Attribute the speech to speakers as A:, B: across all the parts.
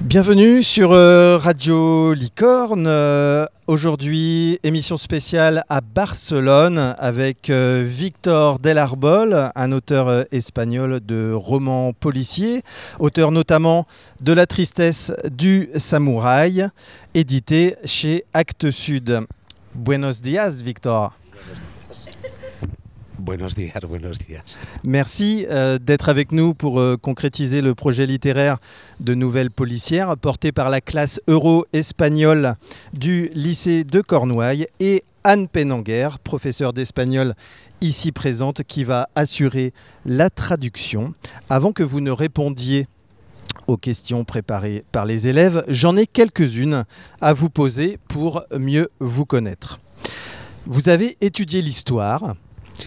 A: Bienvenue sur euh, Radio Licorne. Euh, Aujourd'hui, émission spéciale à Barcelone avec euh, Victor Del Arbol, un auteur euh, espagnol de romans policiers, auteur notamment de La tristesse du samouraï, édité chez Actes Sud. Buenos días, Victor.
B: Buenos días, buenos días.
A: Merci euh, d'être avec nous pour euh, concrétiser le projet littéraire de Nouvelles Policières porté par la classe euro-espagnole du lycée de Cornouailles et Anne Penanguer, professeure d'espagnol ici présente, qui va assurer la traduction. Avant que vous ne répondiez aux questions préparées par les élèves, j'en ai quelques-unes à vous poser pour mieux vous connaître. Vous avez étudié l'histoire,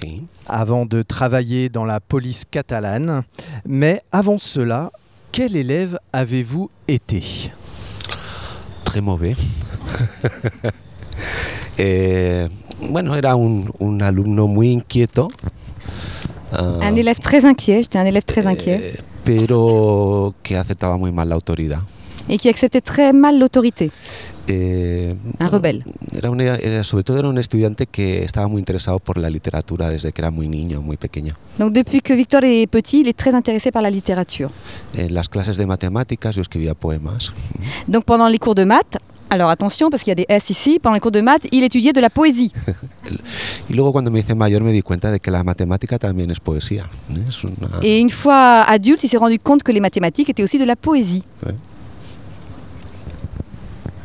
B: Sí.
A: avant de travailler dans la police catalane. Mais avant cela, quel élève avez-vous été
B: Très mauvais. Eh, bueno, era un, un alumno muy inquieto. ah,
C: Un élève très inquiet, j'étais un élève très inquiet
B: eh, pero que aceptaba muy mal la autoridad.
C: et qui acceptait très mal l'autorité,
B: Eh,
C: un rebelle.
B: Era un- era- sobre todo era un estudiante que estaba muy interesado por la literatura desde que era muy niño, muy pequeño.
C: Donc depuis que Victor est petit, il est très intéressé par la littérature.
B: En las clases de matemáticas yo escribía poemas.
C: Donc pendant les cours de maths, alors attention parce qu'il y a des S ici, pendant les cours de maths, il étudiait de la poésie.
B: Y luego cuando me hice mayor me di cuenta de que la matemática también es poesía. ¿eh? Es una-
C: Et une fois adulte, il s'est rendu compte que les mathématiques étaient aussi de la poésie.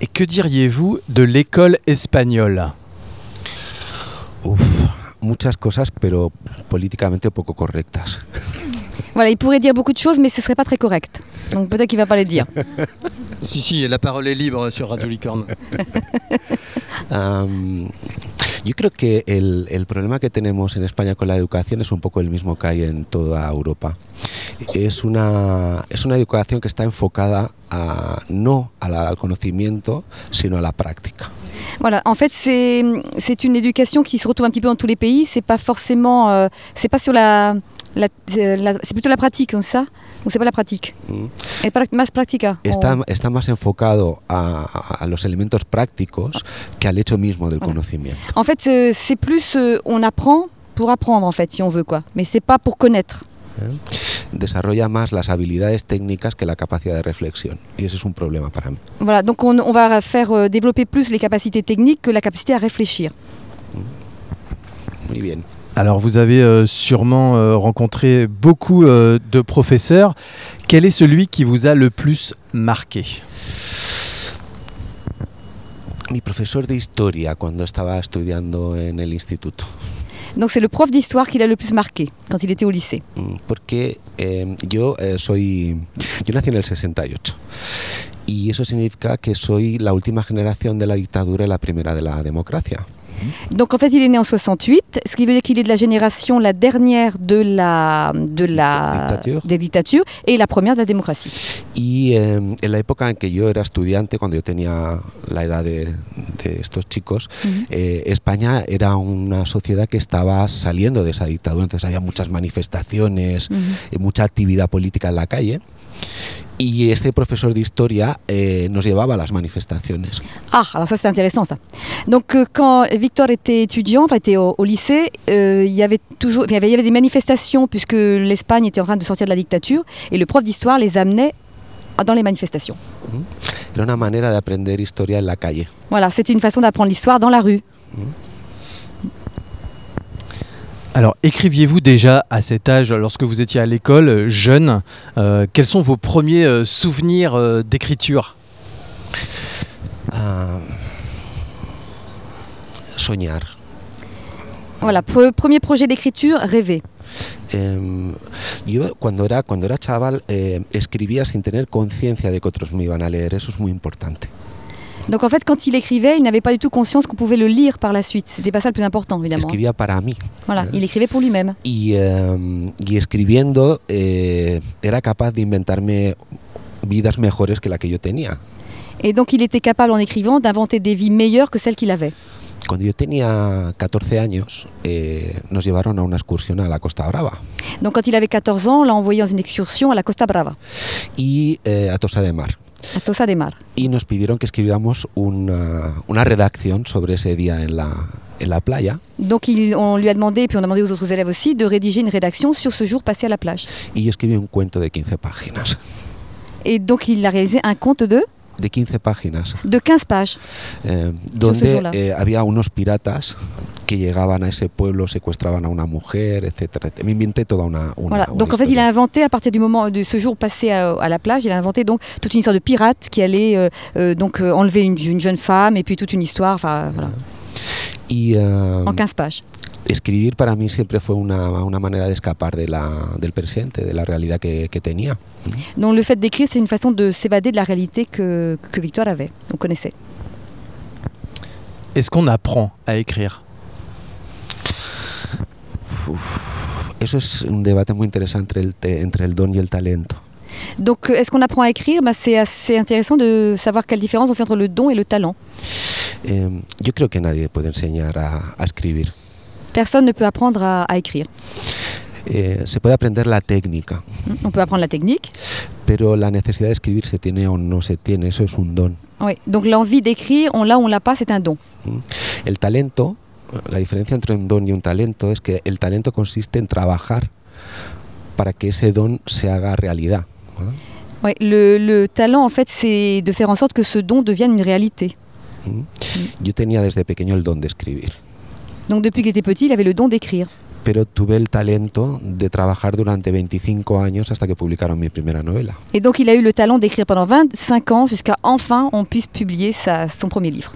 A: Et que diriez-vous de l'école espagnole
B: Uf, muchas cosas, pero políticamente poco correctas.
C: Voilà, il pourrait dire beaucoup de choses, mais ce serait pas très correct. Donc peut-être qu'il va pas les dire.
A: Si, si, la parole est libre sur Radio Licorne.
B: Am, yo creo que el, el problema que tenemos en España con la educación es un poco el mismo que hay en toda Europa. Es una, es una educación que está enfocada a, no a la- al conocimiento, sino a la práctica.
C: Voilà, en fait, c'est c'est une éducation qui se retrouve un petit peu dans tous les pays. C'est pas forcément, euh, c'est pas sur la, la- euh, la- c'est plutôt la pratique, comme ça. Ou c'est pas la pratique.
B: Mm.
C: Et pra- mas pratica.
B: Está,
C: on-
B: está más enfocado a, a- a los elementos prácticos que al hecho mismo del
C: Voilà.
B: conocimiento.
C: En fait, euh, c'est plus, euh, on apprend pour apprendre, en fait, si on veut quoi. Mais c'est pas pour connaître.
B: Desarrolla más las habilidades técnicas que la capacidad de reflexión. Y ese es un problema para mí.
C: Voilà, donc on, on va faire euh, développer plus les capacités techniques que la capacité à réfléchir.
B: Muy bien.
A: Alors, vous avez euh, sûrement euh, rencontré beaucoup euh, de professeurs. Quel est celui qui vous a le plus marqué
B: Mi profesor de historia cuando estaba estudiando en el instituto.
C: Donc c'est le prof d'histoire qui l'a le plus marqué quand il était au lycée.
B: Mm, Porque eh, yo eh, soy. Yo nací en el 68. Y eso significa que soy la última generación de la dictadura y la primera de la democracia.
C: Donc en fait, il est né en 68, ce qui veut dire qu'il est de la génération la dernière de la, de la
B: Dictature.
C: des dictatures et la première de la démocratie.
B: Y eh, en la época en que yo era estudiante, cuando yo tenía la edad de, de estos chicos, eh, España era una sociedad que estaba saliendo de esa dictadura. Entonces había muchas manifestaciones,
C: Mhm.
B: eh, mucha actividad política en la calle. Y este profesor de historia eh, nos llevaba a las manifestaciones.
C: Ah, alors ça c'est intéressant ça. Donc euh, quand Victor était étudiant, enfin était au, au lycée, euh, il y avait toujours, il y avait, il y avait des manifestations puisque l'Espagne était en train de sortir de la dictature et le prof d'histoire les amenait dans les manifestations.
B: Era una manera de aprender historia en la calle.
C: Voilà, c'était une façon d'apprendre l'histoire dans la rue.
A: Alors, écriviez-vous déjà à cet âge, lorsque vous étiez à l'école, euh, jeune euh, Quels sont vos premiers euh, souvenirs euh, d'écriture
B: Ah, soñar.
C: Voilà, pre- premier projet d'écriture, rêver.
B: Em, yo cuando era, cuando era chaval eh, escribía sin tener conciencia de que otros me iban a leer. Eso es muy importante.
C: Donc en fait, quand il écrivait, il n'avait pas du tout conscience qu'on pouvait le lire par la suite. C'était pas ça le plus important évidemment. hein.
B: Escribía para mí.
C: Voilà, il écrivait pour lui-même.
B: Y, em, y escribiendo eh, era capaz de inventarme vidas mejores que la que yo tenía.
C: Et donc il était capable en écrivant d'inventer des vies meilleures que celles qu'il avait.
B: Cuando yo tenía 14 años, eh, nos llevaron a una excursión a la Costa Brava
C: Donc quand il avait 14 ans, on l'a envoyé dans une excursion à la Costa Brava.
B: y eh, a Tosa de Mar.
C: A Tosa de Mar.
B: y nos pidieron que escribiéramos una, una redacción sobre ese día en la, en la playa
C: Donc il- on lui a demandé, et puis on a demandé aux autres élèves aussi, de rédiger une rédaction sur ce jour passé à la plage.
B: y yo escribí un cuento de 15 páginas.
C: Et donc il a réalisé un conte de,
B: De 15 páginas,
C: de 15 pages.
B: eh,
C: se
B: donde
C: sola.
B: eh, había unos piratas que llegaban a ese pueblo, secuestraban a una mujer, etcétera. etcétera. Me inventé toda una. una-
C: Voilà.
B: una
C: Donc en fait, il
B: historia.
C: a inventé à partir du moment euh, de ce jour passé à, à la plage, il a inventé donc toute une histoire de pirate qui allait euh, euh, donc euh, enlever une, une jeune femme et puis toute une histoire. Enfin voilà,
B: Y, eh,
C: en 15 pages.
B: escribir para mí siempre fue una, una manera de escapar de la, del presente, de la realidad que, que tenía.
C: Donc le fait d'écrire, c'est une façon de s'évader de la réalité que, que Victoire avait, on connaissait.
A: Est-ce qu'on apprend à écrire
B: Eso es un debate muy interesante entre el, te- entre el don y el talento.
C: Donc euh, est-ce qu'on apprend à écrire Bah, C'est assez intéressant de savoir quelle différence on fait entre le don et le talent.
B: Eh, yo creo que nadie puede enseñar a, a escribir.
C: Personne ne peut apprendre à, à écrire.
B: Eh, se puede aprender la técnica,
C: Hmm. On peut apprendre la technique.
B: pero la necesidad de escribir se tiene o no se tiene, eso es un don.
C: Oui. Donc l'envie d'écrire, on l'a ou on l'a pas, c'est un don.
B: El talento, la diferencia entre un don y un talento es que el talento consiste en trabajar para que ese don se haga realidad. ¿no?
C: Ouais, le, le talent, en fait, c'est de faire en sorte que ce don devienne une réalité.
B: Mm. Yo tenía desde pequeño el don de escribir,
C: Donc depuis qu'il était petit, il avait le don d'écrire.
B: pero tuve el talento de trabajar durante 25 años hasta que publicaron mi primera novela.
C: Et donc il a eu le talent d'écrire pendant 25 ans jusqu'à enfin on puisse publier sa, son premier livre.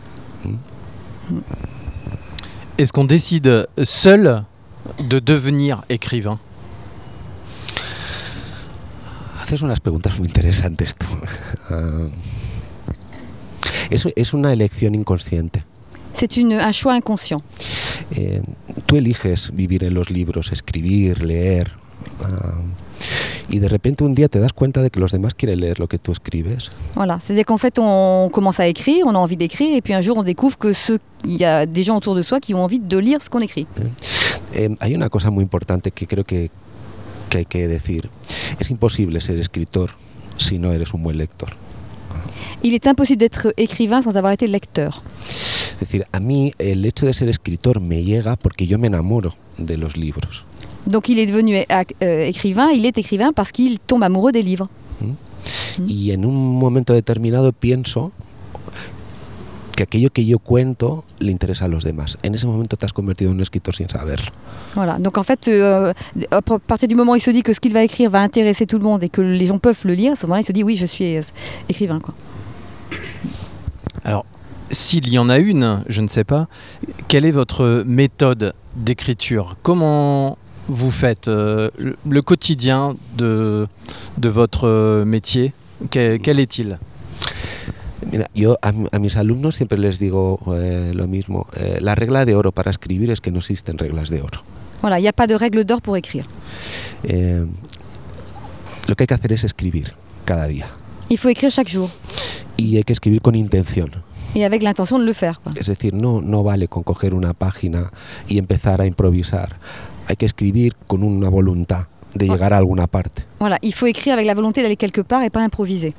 A: Est-ce qu'on décide seul de devenir écrivain
B: Haces unas preguntas muy interesantes tú. Ah. Eso es una elección inconsciente.
C: C'est une- un choix inconscient.
B: Eh, tú eliges vivir en los libros, escribir, leer. ah, y de repente un día te das cuenta de que los demás quieren leer lo que tú escribes.
C: Voilà, c'est-à-dire qu'en fait on commence à écrire, on a envie d'écrire et puis un jour on découvre que ce- il y a des gens autour de soi qui ont envie de lire ce qu'on écrit.
B: Eh, hay una cosa muy importante que creo que, que hay que decir. Es imposible ser escritor si no eres un buen lector.
C: Il est impossible d'être écrivain sans avoir été lecteur.
B: Es decir, a mí el hecho de ser escritor me llega porque yo me enamoro de los libros.
C: Donc il est devenu ac- euh, écrivain, il est écrivain parce qu'il tombe amoureux des livres.
B: y en un momento determinado pienso que aquello que yo cuento le interesa a los demás. En ese momento te has convertido en un escritor sin saberlo.
C: Voilà, donc en fait, euh, à partir du moment où il se dit que ce qu'il va écrire va intéresser tout le monde et que les gens peuvent le lire, à ce moment-là, il se dit oui, je suis euh, écrivain. Quoi.
A: S'il y en a une, je ne sais pas, quelle est votre méthode d'écriture Comment vous faites euh, le- le quotidien de, de votre euh, métier Que- Quel est-il
B: Mira, yo a, mi- a mis alumnos siempre les digo eh, lo mismo. Eh, la regla de oro para escribir es que no existen reglas de oro.
C: Voilà, il n'y a pas de règle d'or pour écrire.
B: Eh, lo que hay que hacer es escribir cada día.
C: Il faut écrire chaque jour
B: Y hay que escribir con intención.
C: et avec l'intention de le faire. quoi.
B: Es decir, no, no vale con coger una página y empezar a improvisar. Hay que escribir con una voluntad de
C: Ah.
B: llegar a alguna parte.
C: Voilà, il faut écrire avec la volonté d'aller quelque part et pas improviser.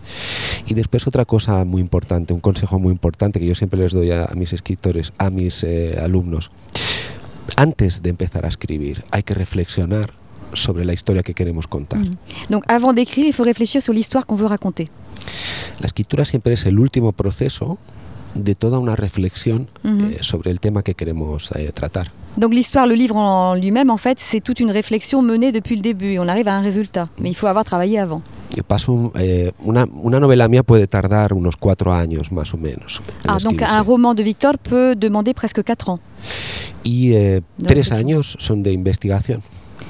B: Y después otra cosa muy importante, un consejo muy importante que yo siempre les doy a, a mis escritores, a mis eh, alumnos. Antes de empezar a escribir, hay que reflexionar sobre la historia que queremos contar.
C: Mhm. Donc avant d'écrire, il faut réfléchir sur l'histoire qu'on veut raconter.
B: La escritura siempre es el último proceso de toda una reflexión
C: Mhm.
B: eh, sobre el tema que queremos eh, tratar.
C: Donc l'histoire, le livre en lui-même, en fait, c'est toute une réflexion menée depuis le début et on arrive à un résultat. Mais il faut avoir travaillé avant.
B: Yo paso un- eh, una, una novela mía puede tardar unos cuatro años más o menos. en
C: Ah, donc
B: escribirse.
C: un roman de Victor peut demander presque 4 ans
B: y eh,
C: De
B: tres
C: reflexión.
B: años son de investigación.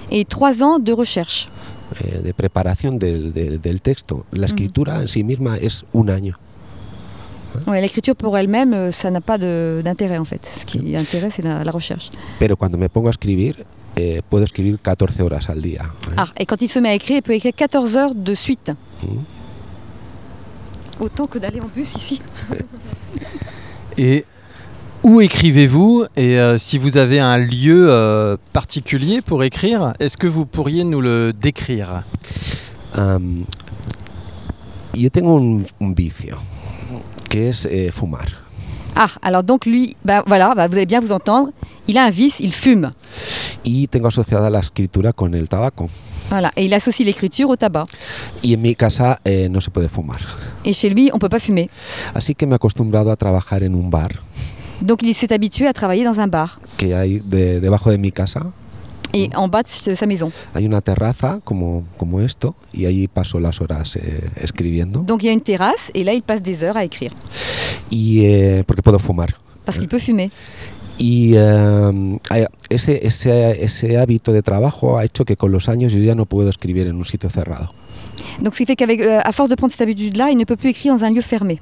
C: et 3 ans de recherche.
B: eh, de preparación del, del- del texto. La escritura en sí misma es un año. Hein
C: Ouais, L'écriture pour elle-même, euh, ça n'a pas de- d'intérêt en fait. Ce qui intéresse, c'est la, la recherche.
B: Pero cuando me pongo a escribir, eh, puedo escribir 14 horas al día. ¿eh?
C: Ah, et quand il se met à écrire, il peut écrire 14 heures de suite.
B: Mm.
C: Mmh. Autant que d'aller en bus ici.
A: Et où écrivez-vous Et euh, si vous avez un lieu euh, particulier pour écrire, est-ce que vous pourriez nous le décrire
B: Am, Yo tengo un, un vicio, que es eh, fumar.
C: Ah, alors donc lui, bah, voilà, bah, vous allez bien vous entendre, il a un vice, il fume.
B: Y tengo asociada la escritura con el tabaco.
C: Voilà, et il associe l'écriture au tabac.
B: Y en mi casa eh, no se puede fumar.
C: Et chez lui, on peut pas fumer.
B: Así que me he acostumbrado a trabajar en un bar
C: Donc il s'est habitué à travailler dans un bar.
B: que hay de- debajo de mi casa.
C: Et en bas de s- sa maison.
B: Hay una terraza como, como esto y allí paso las horas eh, escribiendo.
C: Donc il y a une terrasse et là il passe des heures à écrire.
B: Y, eh, porque puedo fumar.
C: Parce qu'il peut fumer.
B: Y eh, hay- ese, ese, ese hábito de trabajo ha hecho que con los años yo ya no puedo escribir en un sitio cerrado.
C: Donc ce qui fait qu'avec, euh, à force de prendre cette habitude-là, il ne peut plus écrire dans un lieu fermé.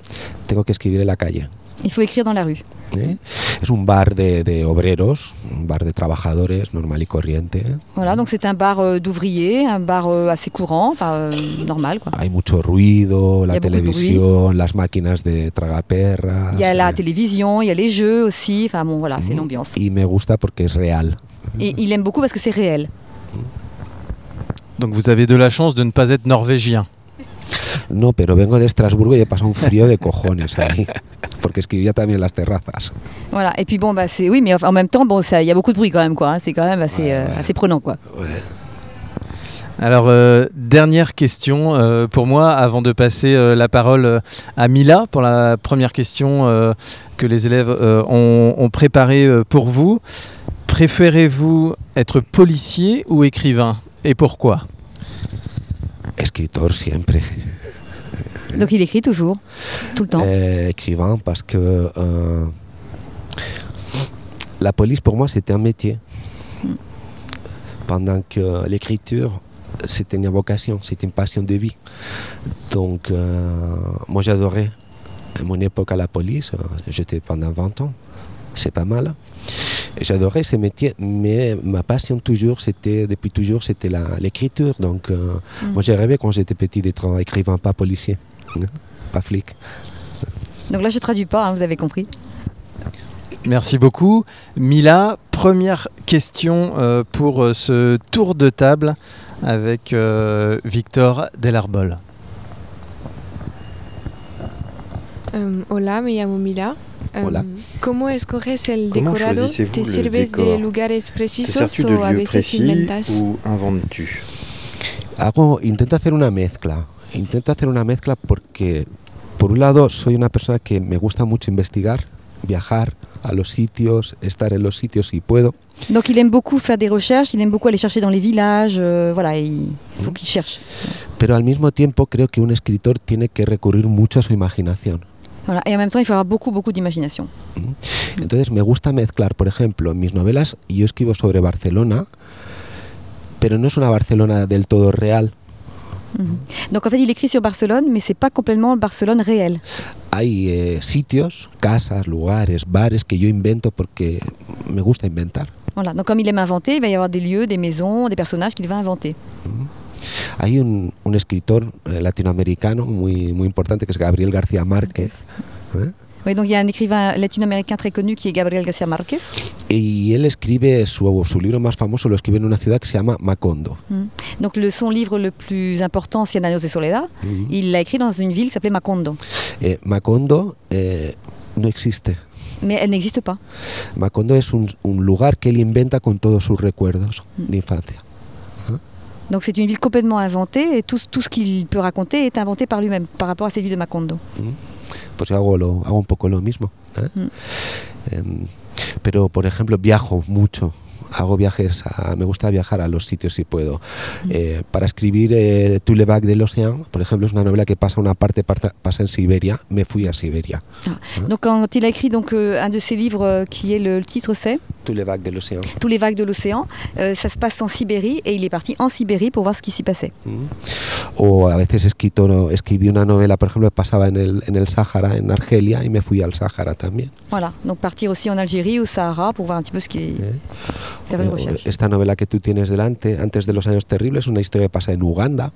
B: Tengo que escribir en la calle.
C: Il faut écrire dans la rue.
B: ¿eh? Es un bar de, de obreros, un bar de trabajadores normal y corriente.
C: Voilà, donc c'est un bar euh, d'ouvriers, un bar euh, assez courant, enfin euh, normal quoi.
B: Hay mucho ruido, la
C: Ya, beaucoup de
B: televisión, las máquinas de tragaperras.
C: Il y a la
B: eh,
C: télévision, il y a les jeux aussi, enfin bon voilà,
B: Mm-hmm.
C: c'est l'ambiance.
B: y me gusta porque es real.
C: Et il aime beaucoup parce que c'est réel.
A: Donc vous avez de la chance de ne pas être norvégien.
B: No, pero vengo de Estrasburgo y he pasado un frío de cojones ahí. Porque escribía también en las terrazas.
C: Voilà, et puis bon, bah, c'est oui, mais en même temps, bon, ça- il y a beaucoup de bruit quand même, quoi. hein. C'est quand même assez,
B: Ouais,
C: euh,
B: ouais.
C: assez prenant, quoi.
A: Alors, euh, dernière question euh, pour moi, avant de passer euh, la parole euh, à Mila pour la première question euh, que les élèves euh, ont, ont préparée euh, pour vous. Préférez-vous être policier ou écrivain et pourquoi
B: Escritor siempre.
C: Donc il écrit toujours, tout le temps.
B: Euh, écrivain parce que euh, la police pour moi c'était un métier. Pendant que l'écriture c'était une vocation, c'était une passion de vie. Donc euh, moi j'adorais mon époque à la police, euh, j'étais pendant 20 ans, c'est pas mal. Et J'adorais ce métier, mais ma passion toujours, c'était depuis toujours, c'était la- l'écriture. Donc, euh,
C: Mm.
B: moi j'ai rêvé quand j'étais petit d'être un écrivain, pas policier, hein, pas flic.
C: Donc là, je traduis pas, hein, vous avez compris.
A: Merci beaucoup. Mila, première question euh, pour euh, ce tour de table avec euh, Victor Delarbol.
D: Em, Euh, hola, me llamo Mila. Em,
B: Hola.
D: ¿Cómo escoges el
E: ¿Cómo
D: decorado?
E: choisissez-vous
D: ¿Te
E: le
D: sirves de
E: décor?
D: lugares
E: Te
D: precisos
E: sers-tu de
D: o a
E: lieux
D: veces
E: précis
D: inventas?
E: ou inventes-tu
B: Hago, intento hacer una mezcla. Intento hacer una mezcla porque, por un lado, soy una persona que me gusta mucho investigar, viajar a los sitios, estar en los sitios si puedo.
C: Donc il aime beaucoup faire des recherches, il aime beaucoup aller chercher dans les villages, euh, voilà, il faut
B: Mm-hmm.
C: qu'il cherche.
B: Pero al mismo tiempo creo que un escritor tiene que recurrir mucho a su imaginación.
C: Voilà. Et en même temps, il faut avoir beaucoup, beaucoup d'imagination.
B: Entonces me gusta mezclar, por ejemplo, en mis novelas yo escribo sobre Barcelona, pero no es una Barcelona del todo real.
C: Mhm. Donc en fait, il écrit sur Barcelone, mais c'est pas complètement Barcelone réel.
B: Hay eh, sitios, casas, lugares, bares que yo invento porque me gusta inventar.
C: Voilà. Donc comme il aime inventer, il va y avoir des lieux, des maisons, des personnages qu'il va inventer.
B: Hay un, un escritor eh, latinoamericano muy, muy importante que es Gabriel García Márquez. ¿eh?
C: Oui, donc il y a un écrivain latino-américain très connu qui est Gabriel García Márquez.
B: Y él escribe su, su libro más famoso, lo escribe en una ciudad que se llama Macondo.
C: Donc le, son livre le plus important, Cienananos de Soledad, il l'a écrit dans une ville qui s'appelait Macondo.
B: Eh, Macondo eh, no existe.
C: Mais elle n'existe pas.
B: Macondo es un, un lugar que él inventa con todos sus recuerdos de infancia.
C: Donc c'est une ville complètement inventée et tout, tout ce qu'il peut raconter est inventé par lui-même par rapport à cette ville de Macondo.
B: Pues yo hago, lo, hago un poco lo mismo. ¿eh?
C: Mm.
B: Em, pero, por ejemplo, viajo mucho. Hago viajes, a- me gusta viajar a los sitios si puedo. Eh, para escribir eh, Tout le Bac de l'Océan, por ejemplo, es una novela que pasa una parte, parta- pasa en Siberia. Me fui a Siberia.
C: Donc quand il a écrit donc, euh, un de ses livres euh, qui est le, le titre c'est
B: Tout le Bac de l'Océan.
C: Tous les vagues de l'océan, euh, ça se passe en Sibérie et il est parti en Sibérie pour voir ce qui s'y passait.
B: Mm. O a veces escrito, no- escribí una novela, por ejemplo, que pasaba en el, en el Sáhara, en Argelia, y me fui al Sáhara también.
C: Voilà, donc partir aussi en Algérie, au Sahara pour voir un petit peu ce qui...
B: ¿eh?
C: Faire une
B: O- o
C: recherche.
B: Esta novela que tú tienes delante, antes de los años terribles, una historia que pasa en Uganda.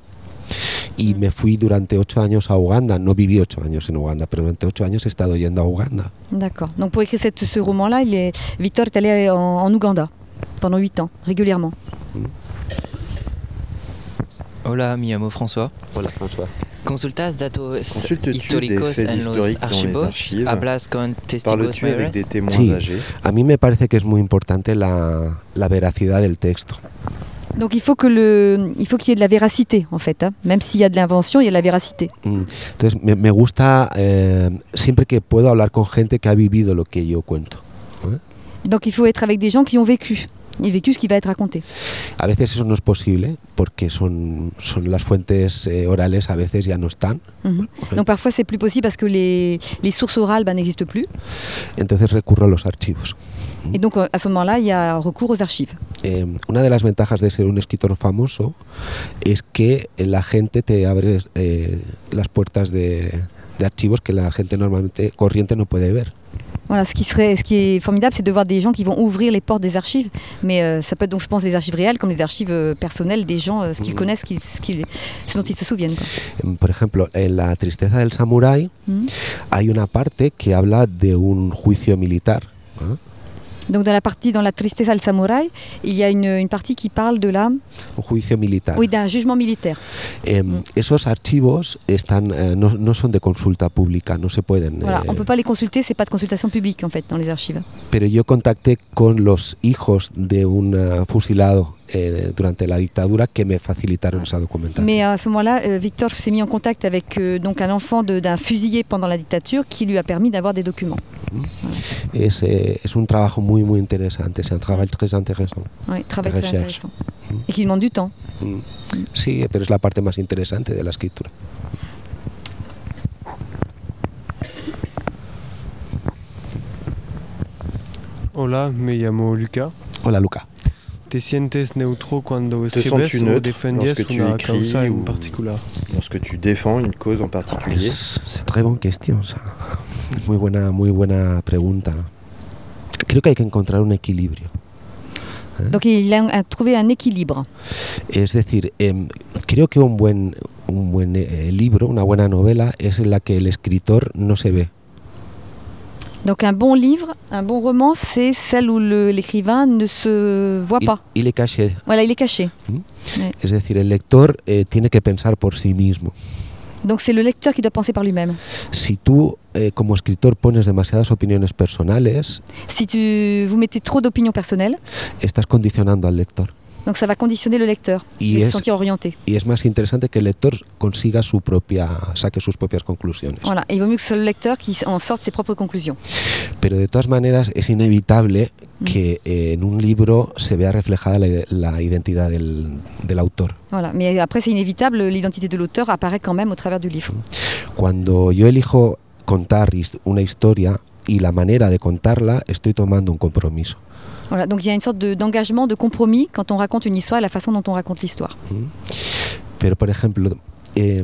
B: Y me fui durante ocho años a Uganda. No viví ocho años en Uganda, pero durante ocho años he estado yendo a Uganda.
C: D'accord. Donc pour écrire cette- ce roman-là, il est... Victor est allé en, en Ouganda pendant 8 ans, régulièrement.
E: Hola, mi amo François.
B: Hola François.
E: Consultas datos
F: Consultes-tu des
E: históricos
F: faits
E: en los
F: historiques dans les
E: archivos,
F: archives
E: hablas con testigos
F: Parles-tu avec
E: mayores.
F: des témoins
B: Sí.
F: âgés
B: A mí me parece que es muy importante la, la veracidad del texto.
C: Donc il faut que le, il faut qu'il y ait de la véracité en fait. hein. Même s'il y a de l'invention, il y a de la véracité.
B: Mm. Entonces me, me gusta eh, siempre que puedo hablar con gente que ha vivido lo que yo cuento.
C: Donc il faut être avec des gens qui ont vécu, ils ont vécu ce qui va être raconté.
B: A veces eso no es posible porque son, son las fuentes eh, orales a veces ya no están.
C: Mhm. Donc parfois c'est plus possible parce que les, les sources orales ben, n'existent plus.
B: Entonces recurro a los archivos.
C: Et donc euh, à ce moment-là, il y a recours aux archives.
B: Eh, una de las ventajas de ser un escritor famoso es que la gente te abre eh, las puertas de, de archivos que la gente normalmente corriente no puede ver.
C: Voilà, ce qui serait, ce qui est formidable, c'est de voir des gens qui vont ouvrir les portes des archives. Mais euh, ça peut être donc, je pense, les archives réelles comme les archives euh, personnelles des gens, euh, ce qu'ils
B: Mhm.
C: connaissent, ce, qu'ils- ce qu'ils- ce dont ils se souviennent. quoi.
B: Em, Por ejemplo, en La tristeza del samurái
C: Mhm.
B: hay una parte que habla de un juicio militar. ¿eh?
C: Donc dans la partie, dans la tristesse al samouraï, il y a une, une partie qui parle de la,
B: Un juicio militar.
C: oui, d'un jugement militaire.
B: Em, esos archivos están, eh, no, no son de consulta pública, no se pueden.
C: Voilà,
B: eh,
C: on peut pas les consulter, c'est pas de consultation publique en fait dans les archives.
B: pero yo contacté con los hijos de un eh, fusilado eh, durante la dictadura que me facilitaron esa documentación.
C: Mais à ce moment-là, euh, Victor s'est mis en contact avec euh, donc un enfant de- d'un fusillé pendant la dictature qui lui a permis d'avoir des documents.
B: Es, eh, es un trabajo muy, muy interesante, es un trabajo très intéressant.
C: Ouais, travail très
B: Recherche.
C: intéressant. Et qui demande du temps.
B: Sí, pero es la parte más interesante de la escritura.
G: Hola, me llamo Luca.
B: Hola, Luca.
G: ¿Te sientes neutro cuando
F: Te
G: escribes
F: sens-tu
G: o
F: neutre
G: defendes
F: lorsque tu
G: una
F: écris
G: causa en
F: ou-
G: particular?
F: Lorsque tu défends une cause en particulier,
B: Es, es très buena cuestión. Sa. Es muy buena, muy buena pregunta. Creo que hay que encontrar un equilibrio.
C: Donc il a, a trouvé un équilibre.
B: Es decir, em, creo que un buen, un buen eh, libro, una buena novela, es en la que el escritor no se ve.
C: Donc un bon livre, un bon roman, c'est celle où le- l'écrivain ne se voit
B: Il,
C: pas.
B: il est caché.
C: Voilà, il est caché.
B: Es decir, el lector eh, tiene que pensar por sí mismo.
C: Donc c'est le lecteur qui doit penser par lui-même.
B: Si tú, eh, como escritor, pones demasiadas opiniones personales,
C: Si tu vous mettez trop d'opinions personnelles,
B: estás condicionando al lector.
C: donc ça va conditionner le lecteur. Il
B: Y
C: va se
B: es-
C: sentir orienté.
B: Y es más interesante que el lector consiga su propia, saque sus propias conclusiones.
C: Voilà, et il vaut mieux que ce soit le lecteur qui en sorte ses propres conclusions.
B: Pero de todas maneras es inevitable
C: Mm.
B: que eh, en un libro se vea reflejada la, ide- la identidad del, del autor.
C: Voilà, mais après c'est inévitable, l'identité de l'auteur apparaît quand même au travers du livre.
B: Cuando yo elijo contar his- una historia y la manera de contarla, estoy tomando un compromiso.
C: Voilà, donc il y a une sorte de- d'engagement, de, compromis quand on raconte une histoire et la façon dont on raconte l'histoire.
B: Pero, por ejemplo, eh,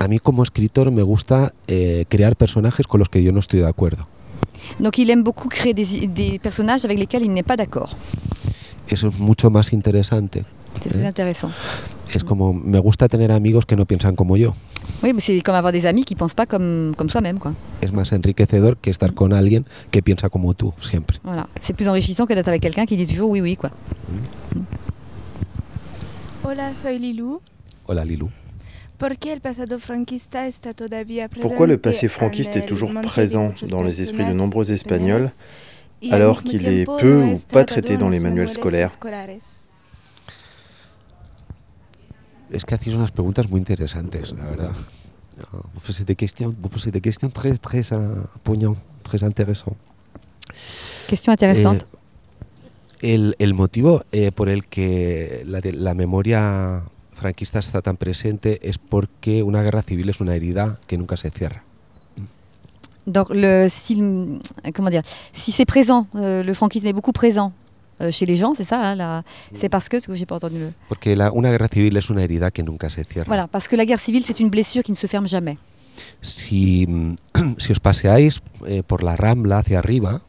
B: a mí como escritor me gusta eh, crear personajes con los que yo no estoy de acuerdo.
C: Donc il aime beaucoup créer des, des personnages avec lesquels il n'est pas d'accord.
B: Eso es mucho más interesante.
C: C'est très
B: Mhm.
C: intéressant.
B: Es como, me gusta tener amigos que no piensan como yo.
C: Oui, mais c'est comme avoir des amis qui pensent pas comme, comme soi-même. quoi.
B: Es más enriquecedor que estar con alguien que piensa como tú siempre.
C: Voilà. C'est plus enrichissant que d'être avec quelqu'un qui dit toujours oui, oui. quoi.
H: Hola, soy Lilu.
B: Hola, Lilu.
H: ¿Por qué el pasado franquista está todavía presente
F: pourquoi le passé
H: en
F: franquiste est
H: el
F: toujours
H: monte de
F: présent
H: muchos
F: dans les esprits de
H: personajes
F: nombreux Espagnols
H: y al
F: alors
H: mismo
F: qu'il est
H: tiempo
F: peu
H: no
F: ou
H: es
F: pas
H: tratado
F: traité
H: en
F: dans
H: los
F: les manuels
H: manuales
F: scolaires.
H: escolares?
B: Es que hacéis unas preguntas muy interesantes, la verdad. Ah, Vous posez des questions, vous posez des questions très, très ah, poignantes, très intéressantes.
C: Question intéressante.
B: Eh, el, el motivo eh, por el que la, de- la memoria franquista está tan presente es porque una guerra civil es una herida que nunca se cierra.
C: Donc, le, si, le- comment dire, si c'est présent, euh, le franquisme est beaucoup présent euh, chez les gens, c'est ça hein, la- C'est parce que, parce que j'ai pas entendu le.
B: Porque la- una guerra civil es una herida que nunca se cierra.
C: Voilà, parce que la guerre civile, c'est une blessure qui ne se ferme jamais.
B: Si, mm, si os paseáis eh, por la Rambla hacia arriba,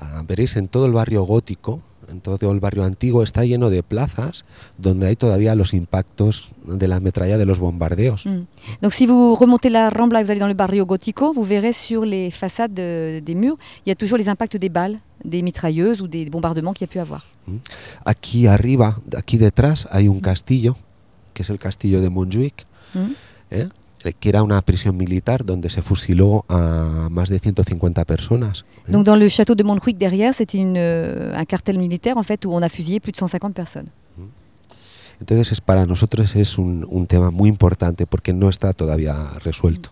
B: ah, veréis en todo el barrio gótico, en todo el barrio antiguo, está lleno de plazas donde hay todavía los impactos de la metralla de los bombardeos.
C: Mm. Donc, si vous remontez la Rambla et vous allez dans le barrio gotico, vous verrez sur les façades euh, des murs, il y a toujours les impacts des balles, des mitrailleuses ou des bombardements qu'il y a pu avoir.
B: Aquí arriba, aquí detrás, hay un castillo que es el castillo de Montjuic,
C: Mhm.
B: ¿eh? Eh, que era una prisión militar donde se fusiló a más de 150 personas. ¿eh?
C: Donc dans le château de Montjuic derrière, c'était une, euh, un cartel militaire en fait où on a fusillé plus de 150 personnes.
B: Entonces es, para nosotros es un, un tema muy importante porque no está todavía resuelto.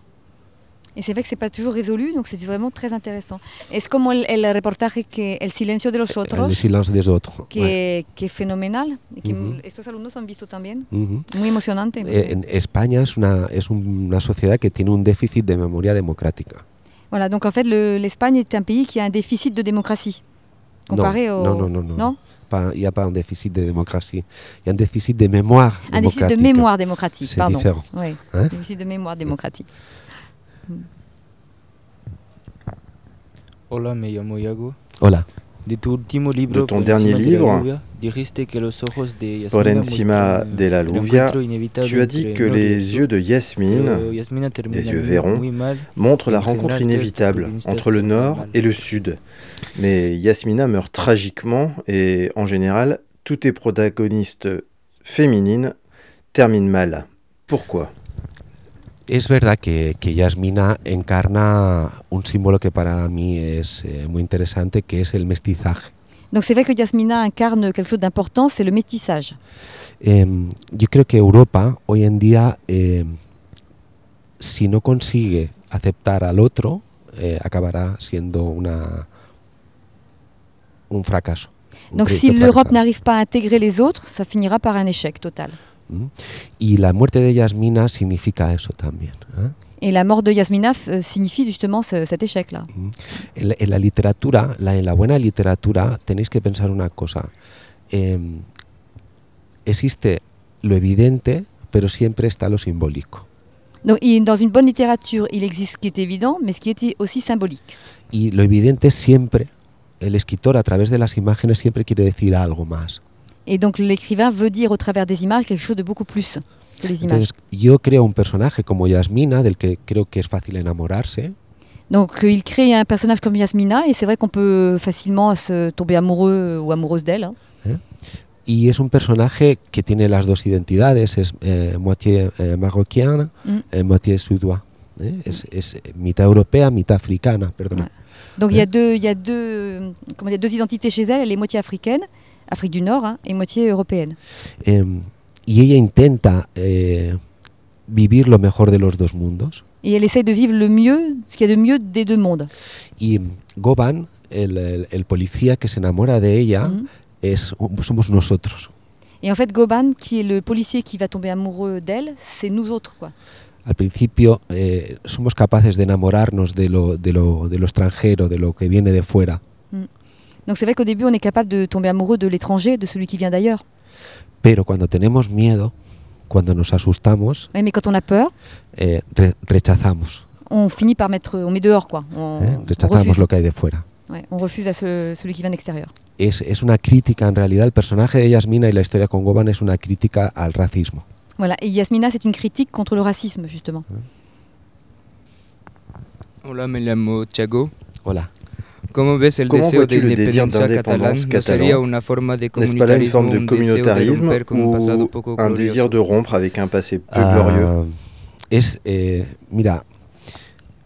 C: Et c'est vrai que c'est pas toujours résolu, donc c'est vraiment très intéressant. Est-ce comme el, el reportaje que el silencio de los
B: Eh, El
C: otros,
B: silencio de otro.
C: que, que es fenomenal, y que
B: Mhm.
C: estos alumnos han visto también,
B: Ujú.
C: muy emocionante.
B: Eh, en España es una, es un- una sociedad que tiene un déficit de memoria democrática.
C: Voilà, donc en fait le- l'Espagne est un pays qui a un déficit de démocratie comparé
B: no,
C: au
B: no, no, no, no.
C: non
B: Pa- y a pas un déficit de démocracia, y a un déficit de mémoire
C: un déficit de
B: democrática.
C: mémoire démocratique,
B: C'est
C: pardon.
B: différent.
C: Ouais,
B: Hein
C: déficit de mémoire démocratique.
I: Hola, me llamo Iago.
B: Hola.
I: De tu último libro,
F: De ton
I: Por encima
F: dernier
I: de la
F: livre,
I: lluvia, dijiste que los ojos de Yasmina
F: Por encima
I: muestran, eh,
F: de la
I: el
F: lluvia,
I: encuentro inevitable
F: Tu as
I: entre
F: dit que
I: novio y
F: les
I: su-
F: yeux de
I: pero
F: Yasmine
I: Yasmina termina
F: yeux
I: muy-
F: verront,
I: muy mal.
F: montrent la rencontre inévitable entre le nord et le sud. Mais Yasmina meurt tragiquement et en général, toutes les protagonistes féminines terminent mal. Pourquoi
B: Es verdad que, que Yasmina encarna un símbolo que para mí es eh, muy interesante, que es el mestizaje.
C: Donc c'est vrai que Yasmina incarne quelque chose d'important, c'est le métissage.
B: Em, yo creo que Europa hoy en día, em, si no consigue aceptar al otro, eh, acabará siendo una un fracaso. un
C: Donc
B: proyecto
C: si l'Europe
B: fracasado.
C: n'arrive pas à intégrer les autres, ça finira par un échec total.
B: Mm. Y la muerte de Yasmina significa eso también. ¿eh?
C: Et la mort de Yasmina f- euh, signifie justement ce- cet échec-là.
B: En la, en la literatura, la, en la buena literatura, tenéis que pensar una cosa. Em, existe lo evidente, pero siempre está lo simbólico.
C: Donc il- dans une bonne littérature, il existe ce qui est évident, mais ce qui est i- aussi symbolique.
B: Y lo evidente siempre, el escritor a través de las imágenes siempre quiere decir algo más.
C: Et donc l'écrivain veut dire au travers des images quelque chose de beaucoup plus que les images.
B: Entonces, yo creo un personaje como Yasmina, del que creo que es fácil enamorarse,
C: Donc euh, il crée un personnage comme Yasmina, et c'est vrai qu'on peut facilement se tomber amoureux ou amoureuse d'elle. hein.
B: y es un personaje que tiene las dos identidades, es eh, moitié eh, marroquiana,
C: Mm.
B: eh, moitié sudois. ¿eh? Es, es mitad europea, mitad africana, perdona.
C: Donc il y a deux, il y a deux, euh, comment dire, deux identités chez elle. Elle est moitié africaine, Afrique du Nord, hein, et moitié européenne.
B: Em, y ella intenta eh, vivir lo mejor de los dos mundos.
C: Et elle essaye de vivre le mieux, ce qu'il y a de mieux des deux mondes.
B: Y mm, Goban, el, el- el policía que se enamora de ella,
C: Mhm.
B: es, un- somos nosotros.
C: Et en fait, Goban, qui est le policier qui va tomber amoureux d'elle, c'est nous autres, quoi.
B: Al principio eh, somos capaces de enamorarnos de lo, de, lo, de lo extranjero, de lo que viene de fuera,
C: Donc c'est vrai qu'au début, on est capable de tomber amoureux de l'étranger, de celui qui vient d'ailleurs.
B: pero cuando tenemos miedo, cuando nos asustamos,
C: Ouais, mais quand on a peur,
B: eh, re- rechazamos,
C: on finit par mettre, on met dehors, quoi. On,
B: ¿eh?
C: on
B: rechazamos
C: refuse.
B: lo que hay de fuera.
C: Ouais, on refuse à ce- celui qui vient d'extérieur.
B: Es, es una crítica, en realidad, el personaje de Yasmina y la historia con Goban es una crítica al racismo.
C: Voilà. Et Yasmina, c'est une critique contre le racisme, justement.
I: Hola, me llamo Thiago.
B: Hola.
I: ¿Cómo ves el
F: ¿Cómo
I: deseo de
F: vois-tu le désir
I: independencia catalán?
F: d'indépendance
I: ¿No sería
F: catalan?
I: una forma de
F: N'est-ce pas là une
I: comunitarismo,
F: forme de
I: un deseo de
F: communautarisme
I: romper con un pasado
F: ou
I: poco
F: un
I: glorioso?
F: désir de rompre avec un passé peu
B: Ah,
F: glorieux
B: Es, eh, mira,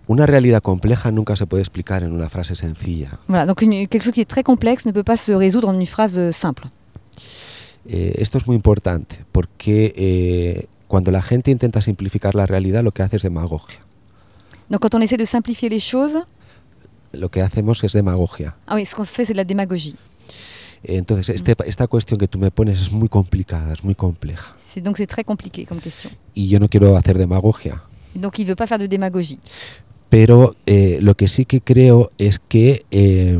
B: una realidad compleja nunca se puede explicar en una frase sencilla.
C: Voilà. Donc une- quelque chose qui est très complexe ne peut pas se résoudre en une phrase euh, simple.
B: Eh, esto es muy importante porque eh, cuando la gente intenta simplificar la realidad, lo que hace es demagogia.
C: Donc quand on essaie de simplifier les choses,
B: Lo que hacemos es demagogia.
C: ah oui, ce qu'on fait, c'est de la démagogie.
B: Eh, Entonces, este- esta cuestión que tú me pones es muy complicada, es muy compleja.
C: C'est donc c'est très compliqué comme question.
B: Y yo no quiero hacer demagogia.
C: Donc il veut pas faire de démagogie.
B: Pero eh, lo que sí que creo es que eh,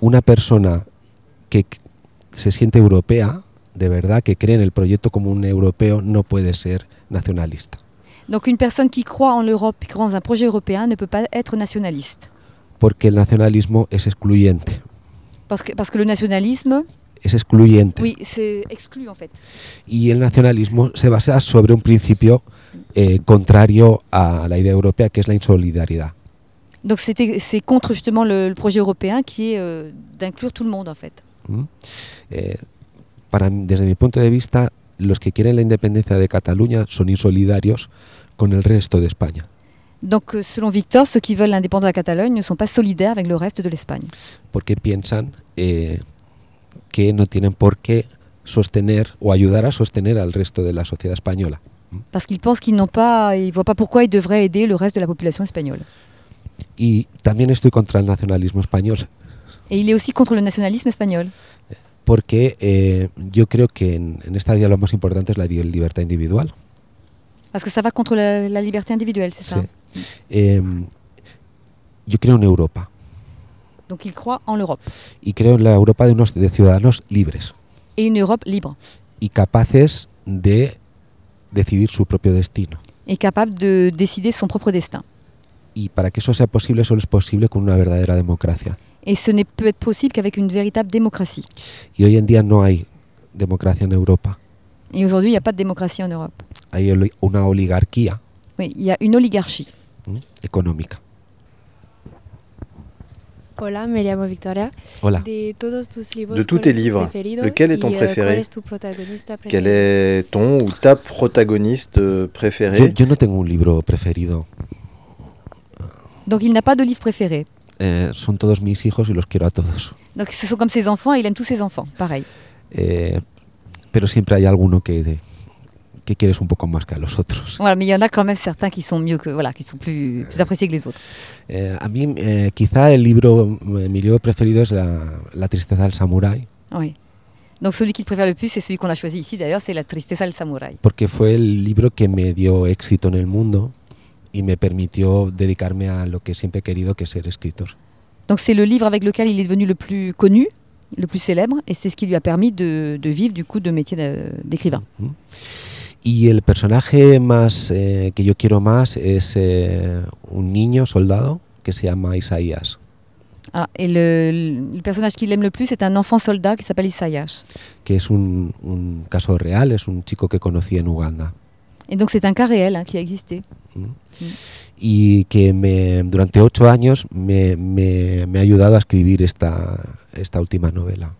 B: una persona que c- se siente europea, de verdad, que cree en el proyecto como un europeo, no puede ser nacionalista.
C: Donc une personne qui croit en l'Europe, qui croit dans un projet européen, ne peut pas être nationaliste.
B: Porque el nacionalismo es excluyente.
C: Parce que, parce que le nationalisme,
B: Es excluyente.
C: oui, c'est exclu en fait.
B: Y el nacionalismo se basa sobre un principio eh, contrario a la idea europea, que es la insolidaridad.
C: Donc c'était- c'est contre justement le, le projet européen qui est euh, d'inclure tout le monde en fait.
B: ¿Mm? Eh, para, mí- desde mi punto de vista, los que quieren la independencia de Cataluña son insolidarios con el resto de España.
C: Donc, euh, selon Victor, ceux qui veulent l'indépendance de la Catalogne ne sont pas solidaires avec le reste de l'Espagne.
B: porque piensan eh, que no tienen por qué sostener o ayudar a sostener al resto de la sociedad española.
C: Parce qu'ils pensent qu'ils n'ont pas, ils voient pas pourquoi ils devraient aider le reste de la population espagnole.
B: Y también estoy contra el nacionalismo español,
C: Et il est aussi contre le nationalisme espagnol.
B: porque eh, yo creo que en, en esta vida lo más importante es la di- libertad individual.
C: Parce que ça va contre la, la liberté individuelle, c'est ça
B: Sí. Eh, yo creo en Europa,
C: Donc, ils croient en l'Europe.
B: y creo en la Europa de unos de ciudadanos libres
C: Et une Europe libre.
B: y capaces de decidir su propio destino.
C: Et capable de décider son propre destin.
B: Y para que eso sea posible, solo es posible con una verdadera democracia.
C: Et ce n'est peut être possible qu'avec une véritable démocratie.
B: Y hoy en día no hay democracia en Europa.
C: Et aujourd'hui, il n'y a pas de démocratie en Europe.
B: Hay oli- una oligarquía
C: Oui, il y a une oligarchie.
B: ¿m? económica.
D: Hola, me llamo Victoria.
B: Hola.
D: De todos tus libros,
F: De tous
D: ¿cuál
F: tes
D: es tu
F: livres,
D: preferido
F: lequel est ton
D: y, euh,
F: préféré
D: ¿Cuál es tu protagonista
F: Quel
D: preferido?
F: est ton ou ta protagoniste euh, préférée
B: Yo, yo no tengo un libro preferido.
C: Donc, il n'a pas de livre préféré.
B: Eh, son todos mis hijos y los quiero a todos.
C: Donc, ce sont comme ses enfants et il aime tous ses enfants. Pareil.
B: Eh, pero siempre hay alguno que, que quieres un poco más que a los otros.
C: Voilà, mais il y en a quand même certains qui sont mieux que. Voilà, qui sont plus, plus appréciés que les autres.
B: Eh, a mí eh, quizá el libro, eh, mi libro preferido es La, La tristeza del samurái,
C: Oui. Donc, celui qu'il préfère le plus, c'est celui qu'on a choisi ici d'ailleurs, c'est La Tristessa le Samouraï.
B: porque fue el libro que me dio éxito en el mundo y me permitió dedicarme a lo que siempre he querido, que es ser escritor.
C: Donc, c'est le livre avec lequel il est devenu le plus connu, le plus célèbre, et c'est ce qui lui a permis de, de vivre du coup de métier de- d'écrivain.
B: Y el personaje más eh, que yo quiero más es eh, un niño soldado que se llama Isaías,
C: Ah, et le, le personnage qu'il aime le plus est un enfant soldat qui s'appelle Isayash.
B: que es un, un caso real, es un chico que conocí en Uganda
C: Et donc, c'est un cas réel hein, qui a existé.
B: y que me, durante ocho años me, me- me ha ayudado a escribir esta, esta última novela.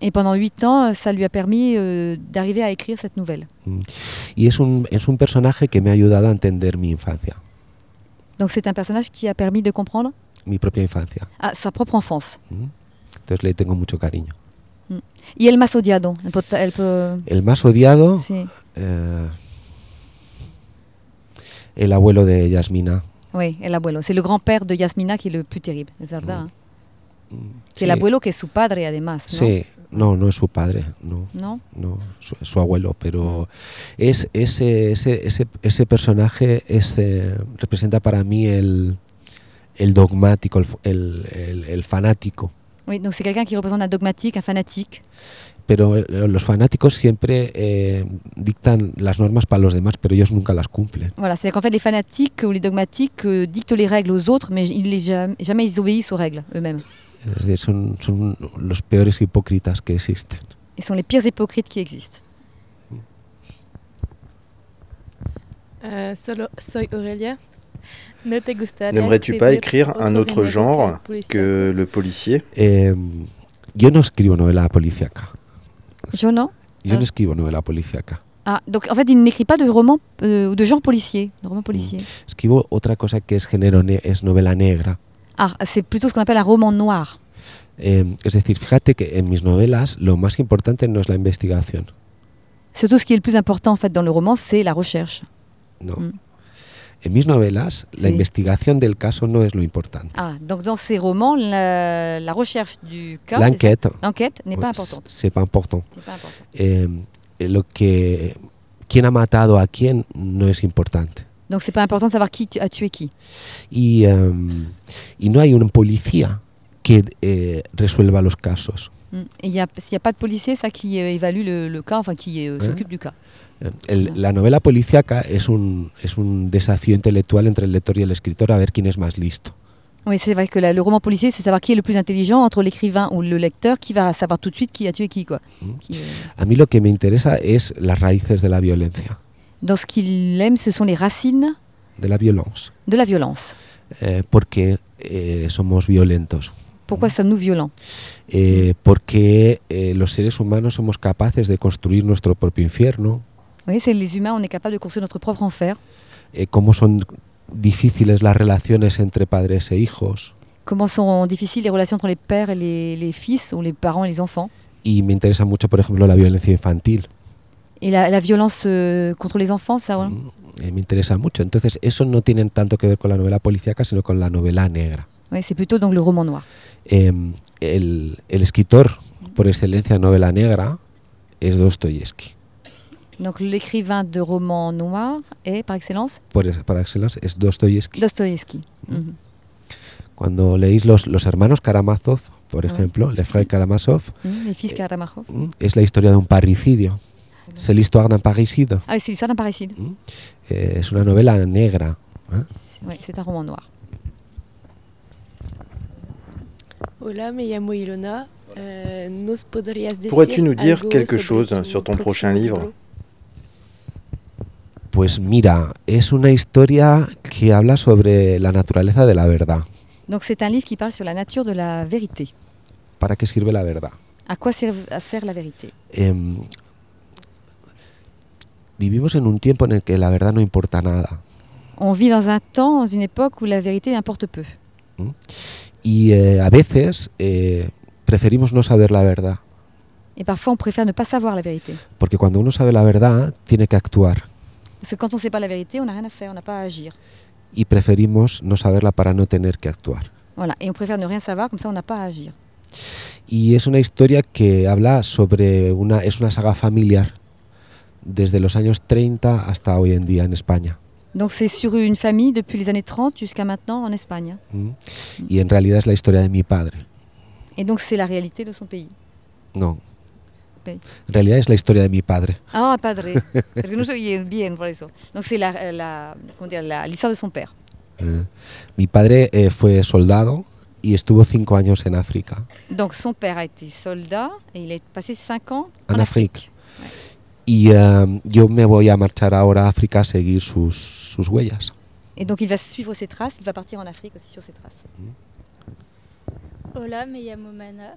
C: Et pendant huit ans, euh, ça lui a permis euh, d'arriver à écrire cette nouvelle.
B: Y es un, es un personaje que me ha ayudado a entender mi infancia,
C: Donc, c'est un personnage qui a permis de comprendre
B: mi propia infancia.
C: ah, sa propre enfance.
B: Entonces le tengo mucho cariño.
C: Y el más odiado. El pot- el po-
B: El más odiado,
C: Sí,
B: eh, el abuelo de Yasmina.
C: oui, el abuelo. C'est le grand-père de Yasmina qui est le plus terrible. Es verdad, hein. C'est
B: Mm. Sí.
C: l'abuelo que es su padre, además. ¿no?
B: Sí, no, no es su padre, no,
C: ¿No?
B: no, su, su abuelo, pero es ese, ese, ese, ese personaje es, eh, representa para mí el, el dogmático, el, fu- el- el- el fanático.
C: Oui, donc c'est quelqu'un qui représente un dogmatique, un fanatique.
B: Pero eh, los fanáticos siempre eh, dictan las normas para los demás, pero ellos nunca las cumplen.
C: Voilà, c'est-à-dire qu'en fait, les fanatiques ou les dogmatiques euh, dictent les règles aux autres, mais ils les jam- jamais ils obéissent aux règles eux-mêmes.
B: Es decir, son, son los peores hipócritas que existen.
C: Ils sont les pires hypocrites qui existent.
J: Eh, soy Aurélia. No te gustaría
F: N'aimerais-tu pas
J: escribir
F: écrire un
J: otro
F: autre
J: género
F: genre
J: que el policial?
F: que le policier
B: Eh, yo no escribo novela policíaca.
C: Jonan
B: Yo no
C: Ah.
B: escribo novela policíaca.
C: Ah, donc en fait, il n'écrit pas de romans euh, ou de genre policier, de romans policiers.
B: Mm. Escribo otra cosa que es género ne- es novela negra.
C: Ah, c'est plutôt ce qu'on appelle un roman noir.
B: Eh, es decir, fíjate que en mis novelas lo más importante no es la investigación,
C: Surtout, ce qui est le plus important en fait dans le roman, c'est la recherche.
B: no.
C: Mm.
B: En mis novelas la
C: Sí.
B: investigación del caso no es lo importante.
C: Ah, donc dans ces romans, la, la recherche du cas,
B: L'enquête
C: l'enquête n'est pas
B: pues,
C: importante.
B: c'est pas important.
C: n'est pas importante.
B: Eh, lo que quién ha matado a quién no es importante.
C: Donc c'est pas important de savoir qui tu- a tué qui.
B: Y, em, y no hay un policía que eh, resuelva los casos.
C: Mm. Et il y a- s'il n'y a pas de policier, ça qui euh, évalue le, le cas, enfin qui euh,
B: Hein
C: s'occupe du cas.
B: Eh, el- la novela policíaca es un, es un desafío intelectual entre el lector y el escritor a ver quién es más listo.
C: Oui, c'est vrai que la- le roman policier, c'est savoir qui est le plus intelligent entre l'écrivain ou le lecteur, qui va savoir tout de suite qui a tué qui, quoi.
B: Mm.
C: Qui, euh,
B: A mí lo que me interesa es las raíces de la violencia,
C: Dans ce qu'il aime, ce sont les racines
B: de la violencia,
C: de la violence.
B: eh, porque eh, somos violentos.
C: Pourquoi sommes-nous violents
B: Eh, porque eh, los seres humanos somos capaces de construir nuestro propio infierno.
C: Oui, c'est les humains, on est capable de construire notre propre enfer.
B: eh, cómo son difíciles las relaciones entre padres e hijos.
C: Comment sont difficiles les relations entre les pères et les, les fils, ou les parents et les enfants.
B: Y me interesa mucho, por ejemplo, la violencia infantil.
C: Et la, la violence euh, contre les enfants, ça, voilà.
B: Eh, me interesa mucho. Entonces, eso no tiene tanto que ver con la novela policíaca, sino con la novela negra.
C: Ouais, c'est plutôt donc le roman noir.
B: Eh, el, el escritor por excelencia de novela negra es Dostoyevsky.
C: Donc l'écrivain de romans noirs est, par excellence,
B: Por, ex- para excelencia es Dostoyevsky.
C: Dostoïevski. Mhm.
B: Cuando leéis los, los hermanos Karamazov, por
C: Ah.
B: ejemplo, Lefray Karamazov,
C: Mhm, Les fils Karamazov.
B: es la historia de un parricidio. C'est l'histoire d'un parricide.
C: Ah oui, c'est l'histoire d'un parricide.
B: Eh, es una novela negra. ¿eh?
C: Ouais, c'est un roman noir.
J: Hola, me llamo Ilona. Euh, nos podrías decir
F: Pourrais-tu nous dire
J: algo
F: quelque
J: sobre
F: chose
J: tu
F: sur ton
J: próximo
F: prochain livre
B: Pues mira, es una historia que habla sobre la naturaleza de la verdad.
C: Donc c'est un livre qui parle sur la nature de la vérité.
B: ¿Para qué sirve la verdad?
C: À quoi sert, à sert la vérité
B: Em, vivimos en un tiempo en el que la verdad no importa nada.
C: On vit dans un temps, dans une époque où la vérité importe peu.
B: Y eh, a veces eh, preferimos no saber la verdad,
C: Et parfois, on préfère ne pas savoir la vérité.
B: porque cuando uno sabe la verdad tiene que actuar
C: Parce que quand on ne sait pas la vérité, on n'a rien à faire, on n'a pas à agir.
B: y preferimos no saberla para no tener que actuar.
C: Voilà. Et on préfère ne rien savoir, comme ça, on n'a pas à agir.
B: Y es una historia que habla sobre una, es una saga familiar desde los años 30 hasta hoy en día en España.
C: Donc c'est sur une famille depuis les années 30 jusqu'à maintenant en Espagne.
B: ¿Mm? Y en realidad es la historia de mi padre.
C: Et donc c'est la réalité de son pays.
B: No,
C: Pays.
B: en realidad es la historia de mi padre.
C: Ah, padre. Parce que nous, sommes bien, pour ça. Donc c'est la- la- comment dire, la- l'histoire de son père.
B: Eh, Mi padre eh, fue soldado y estuvo cinco años en África.
C: Donc son père a été soldat et il est passé 5 ans
B: En
C: en
B: África.
C: Afrique.
B: Y eh, yo me voy a marchar ahora a África a seguir sus, sus huellas.
C: Et donc il va suivre ses traces, il va partir en Afrique aussi sur ses traces.
K: Hola, me llamo Mana.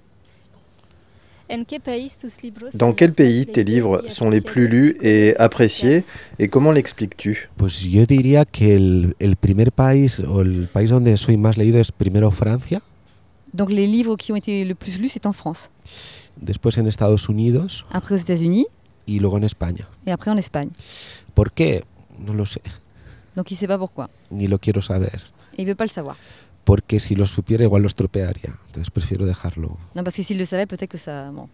K: En qué país tus libros
F: Dans
K: son
F: quel
K: los
F: pays
K: más
F: tes livres
K: leídos y
F: sont les plus
K: apreciados?
F: lus et appréciés et comment l'expliques-tu
B: Pues yo diría que el, el primer país o el país donde soy más leído es primero Francia,
C: Donc les livres qui ont été le plus lus, c'est en France.
B: después en Estados Unidos
C: Après aux États-Unis
B: y luego en España.
C: et après en Espagne.
B: ¿Por qué? No lo sé,
C: Donc il ne sait pas pourquoi.
B: ni lo quiero saber.
C: Et il ne veut pas le savoir.
B: Porque si lo supiera igual lo estropearía. Entonces prefiero dejarlo
C: Non, parce que s'il le savait, peut-être que ça ne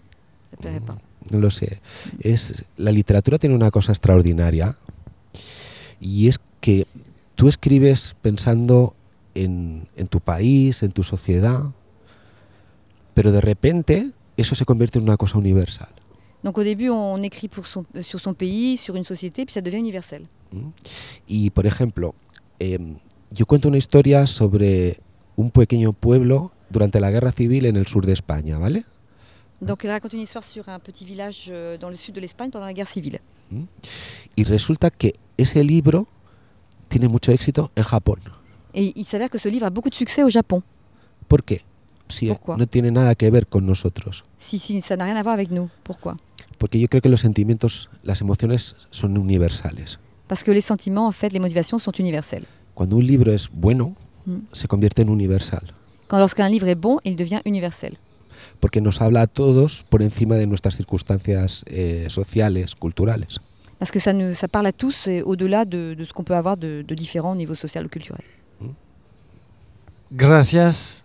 C: plairait pas.
B: No lo sé. Es, la literatura tiene una cosa extraordinaria y es que tú escribes pensando en, en tu país, en tu sociedad, pero de repente eso se convierte en una cosa universal.
C: Donc au début, on écrit pour son, euh, sur son pays, sur une société, puis ça devient universel.
B: Y por ejemplo, em, yo cuento una historia sobre un pequeño pueblo durante la guerra civil en el sur de España, ¿vale?
C: Donc il raconte une histoire sur un petit village euh, dans le sud de l'Espagne pendant la guerre civile.
B: Y resulta que ese libro tiene mucho éxito en Japón.
C: Et il s'avère que ce livre a beaucoup de succès au Japon.
B: ¿Por qué? Si eh,
C: Pourquoi?
B: no tiene nada que ver con nosotros.
C: Si, si, ça n'a rien à voir avec nous. Pourquoi
B: Porque yo creo que los sentimientos, las emociones son universales.
C: Parce que les sentiments, en fait, les motivations sont universelles.
B: Cuando un libro es bueno,
C: Mm.
B: se convierte en universal.
C: Quand lorsqu'un livre est bon, il devient universel.
B: Porque nos habla a todos por encima de nuestras circunstancias eh, sociales, culturales.
C: Parce que ça, nous, ça parle à tous et au-delà de, de ce qu'on peut avoir de, de différent au niveau social ou culturel.
A: Gracias.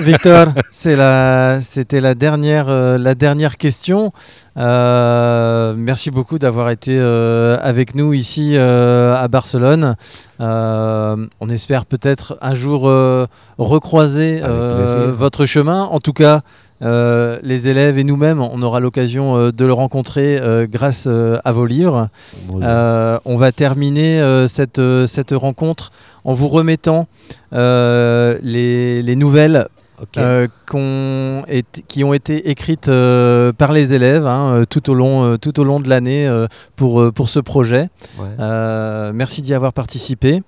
A: Victor, c'est la- c'était la, dernière, euh, la dernière question. Euh, merci beaucoup d'avoir été euh, avec nous ici euh, à Barcelone. Euh, on espère peut-être un jour euh, recroiser euh,
B: plaisir.
A: votre chemin. En tout cas, euh, les élèves et nous-mêmes, on aura l'occasion euh, de le rencontrer euh, grâce euh, à vos livres.
B: Muy bien.
A: Euh, on va terminer euh, cette, euh, cette rencontre en vous remettant euh, les, les nouvelles
B: Ok.
A: euh, qu'on est- qui ont été écrites euh, par les élèves hein, euh, tout, au long, euh, tout au long de l'année euh, pour, euh, pour ce projet.
B: Ouais.
A: Euh, merci d'y avoir participé.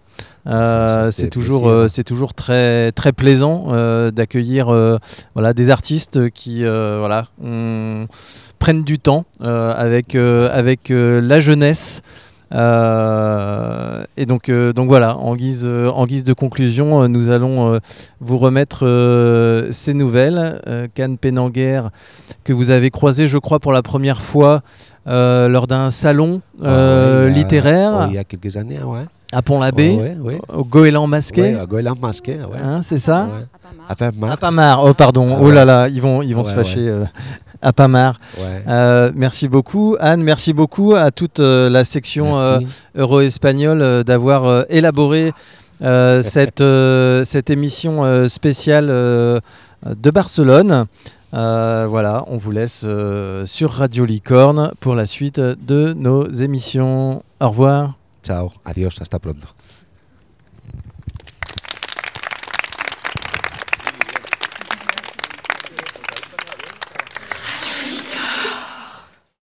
A: Euh, c'est toujours, euh, c'est toujours très, très plaisant euh, d'accueillir euh, voilà, des artistes qui euh, voilà, on- prennent du temps euh, avec, euh, avec euh, la jeunesse. Euh, et donc, euh, donc voilà, en guise, euh, en guise de conclusion, euh, nous allons euh, vous remettre euh, ces nouvelles. Euh, Can Penanguer, que vous avez croisé, je crois, pour la première fois euh, lors d'un salon euh,
B: Ouais, il y a-
A: littéraire.
B: oh, il y a quelques années, ouais.
A: À Pont-l'Abbé,
B: Ouais, ouais, ouais.
A: au Goéland masqué.
B: Ouais, à Goéland masqué, ouais.
A: Hein, c'est ça
B: À Pamar.
A: À Pamar, oh pardon,
B: Ah
A: oh
B: ouais.
A: là là, ils vont, ils vont se
B: Ouais,
A: fâcher.
B: ouais.
A: euh, à Pamar.
B: Ouais.
A: Euh, merci beaucoup Anne, merci beaucoup à toute euh, la section euh,
B: Merci.
A: euro-espagnole euh, d'avoir euh, élaboré euh, cette, euh, cette émission euh, spéciale euh, de Barcelone. Euh, voilà, on vous laisse euh, sur Radio Licorne pour la suite de nos émissions. Au revoir.
B: Ciao, adiós, hasta pronto.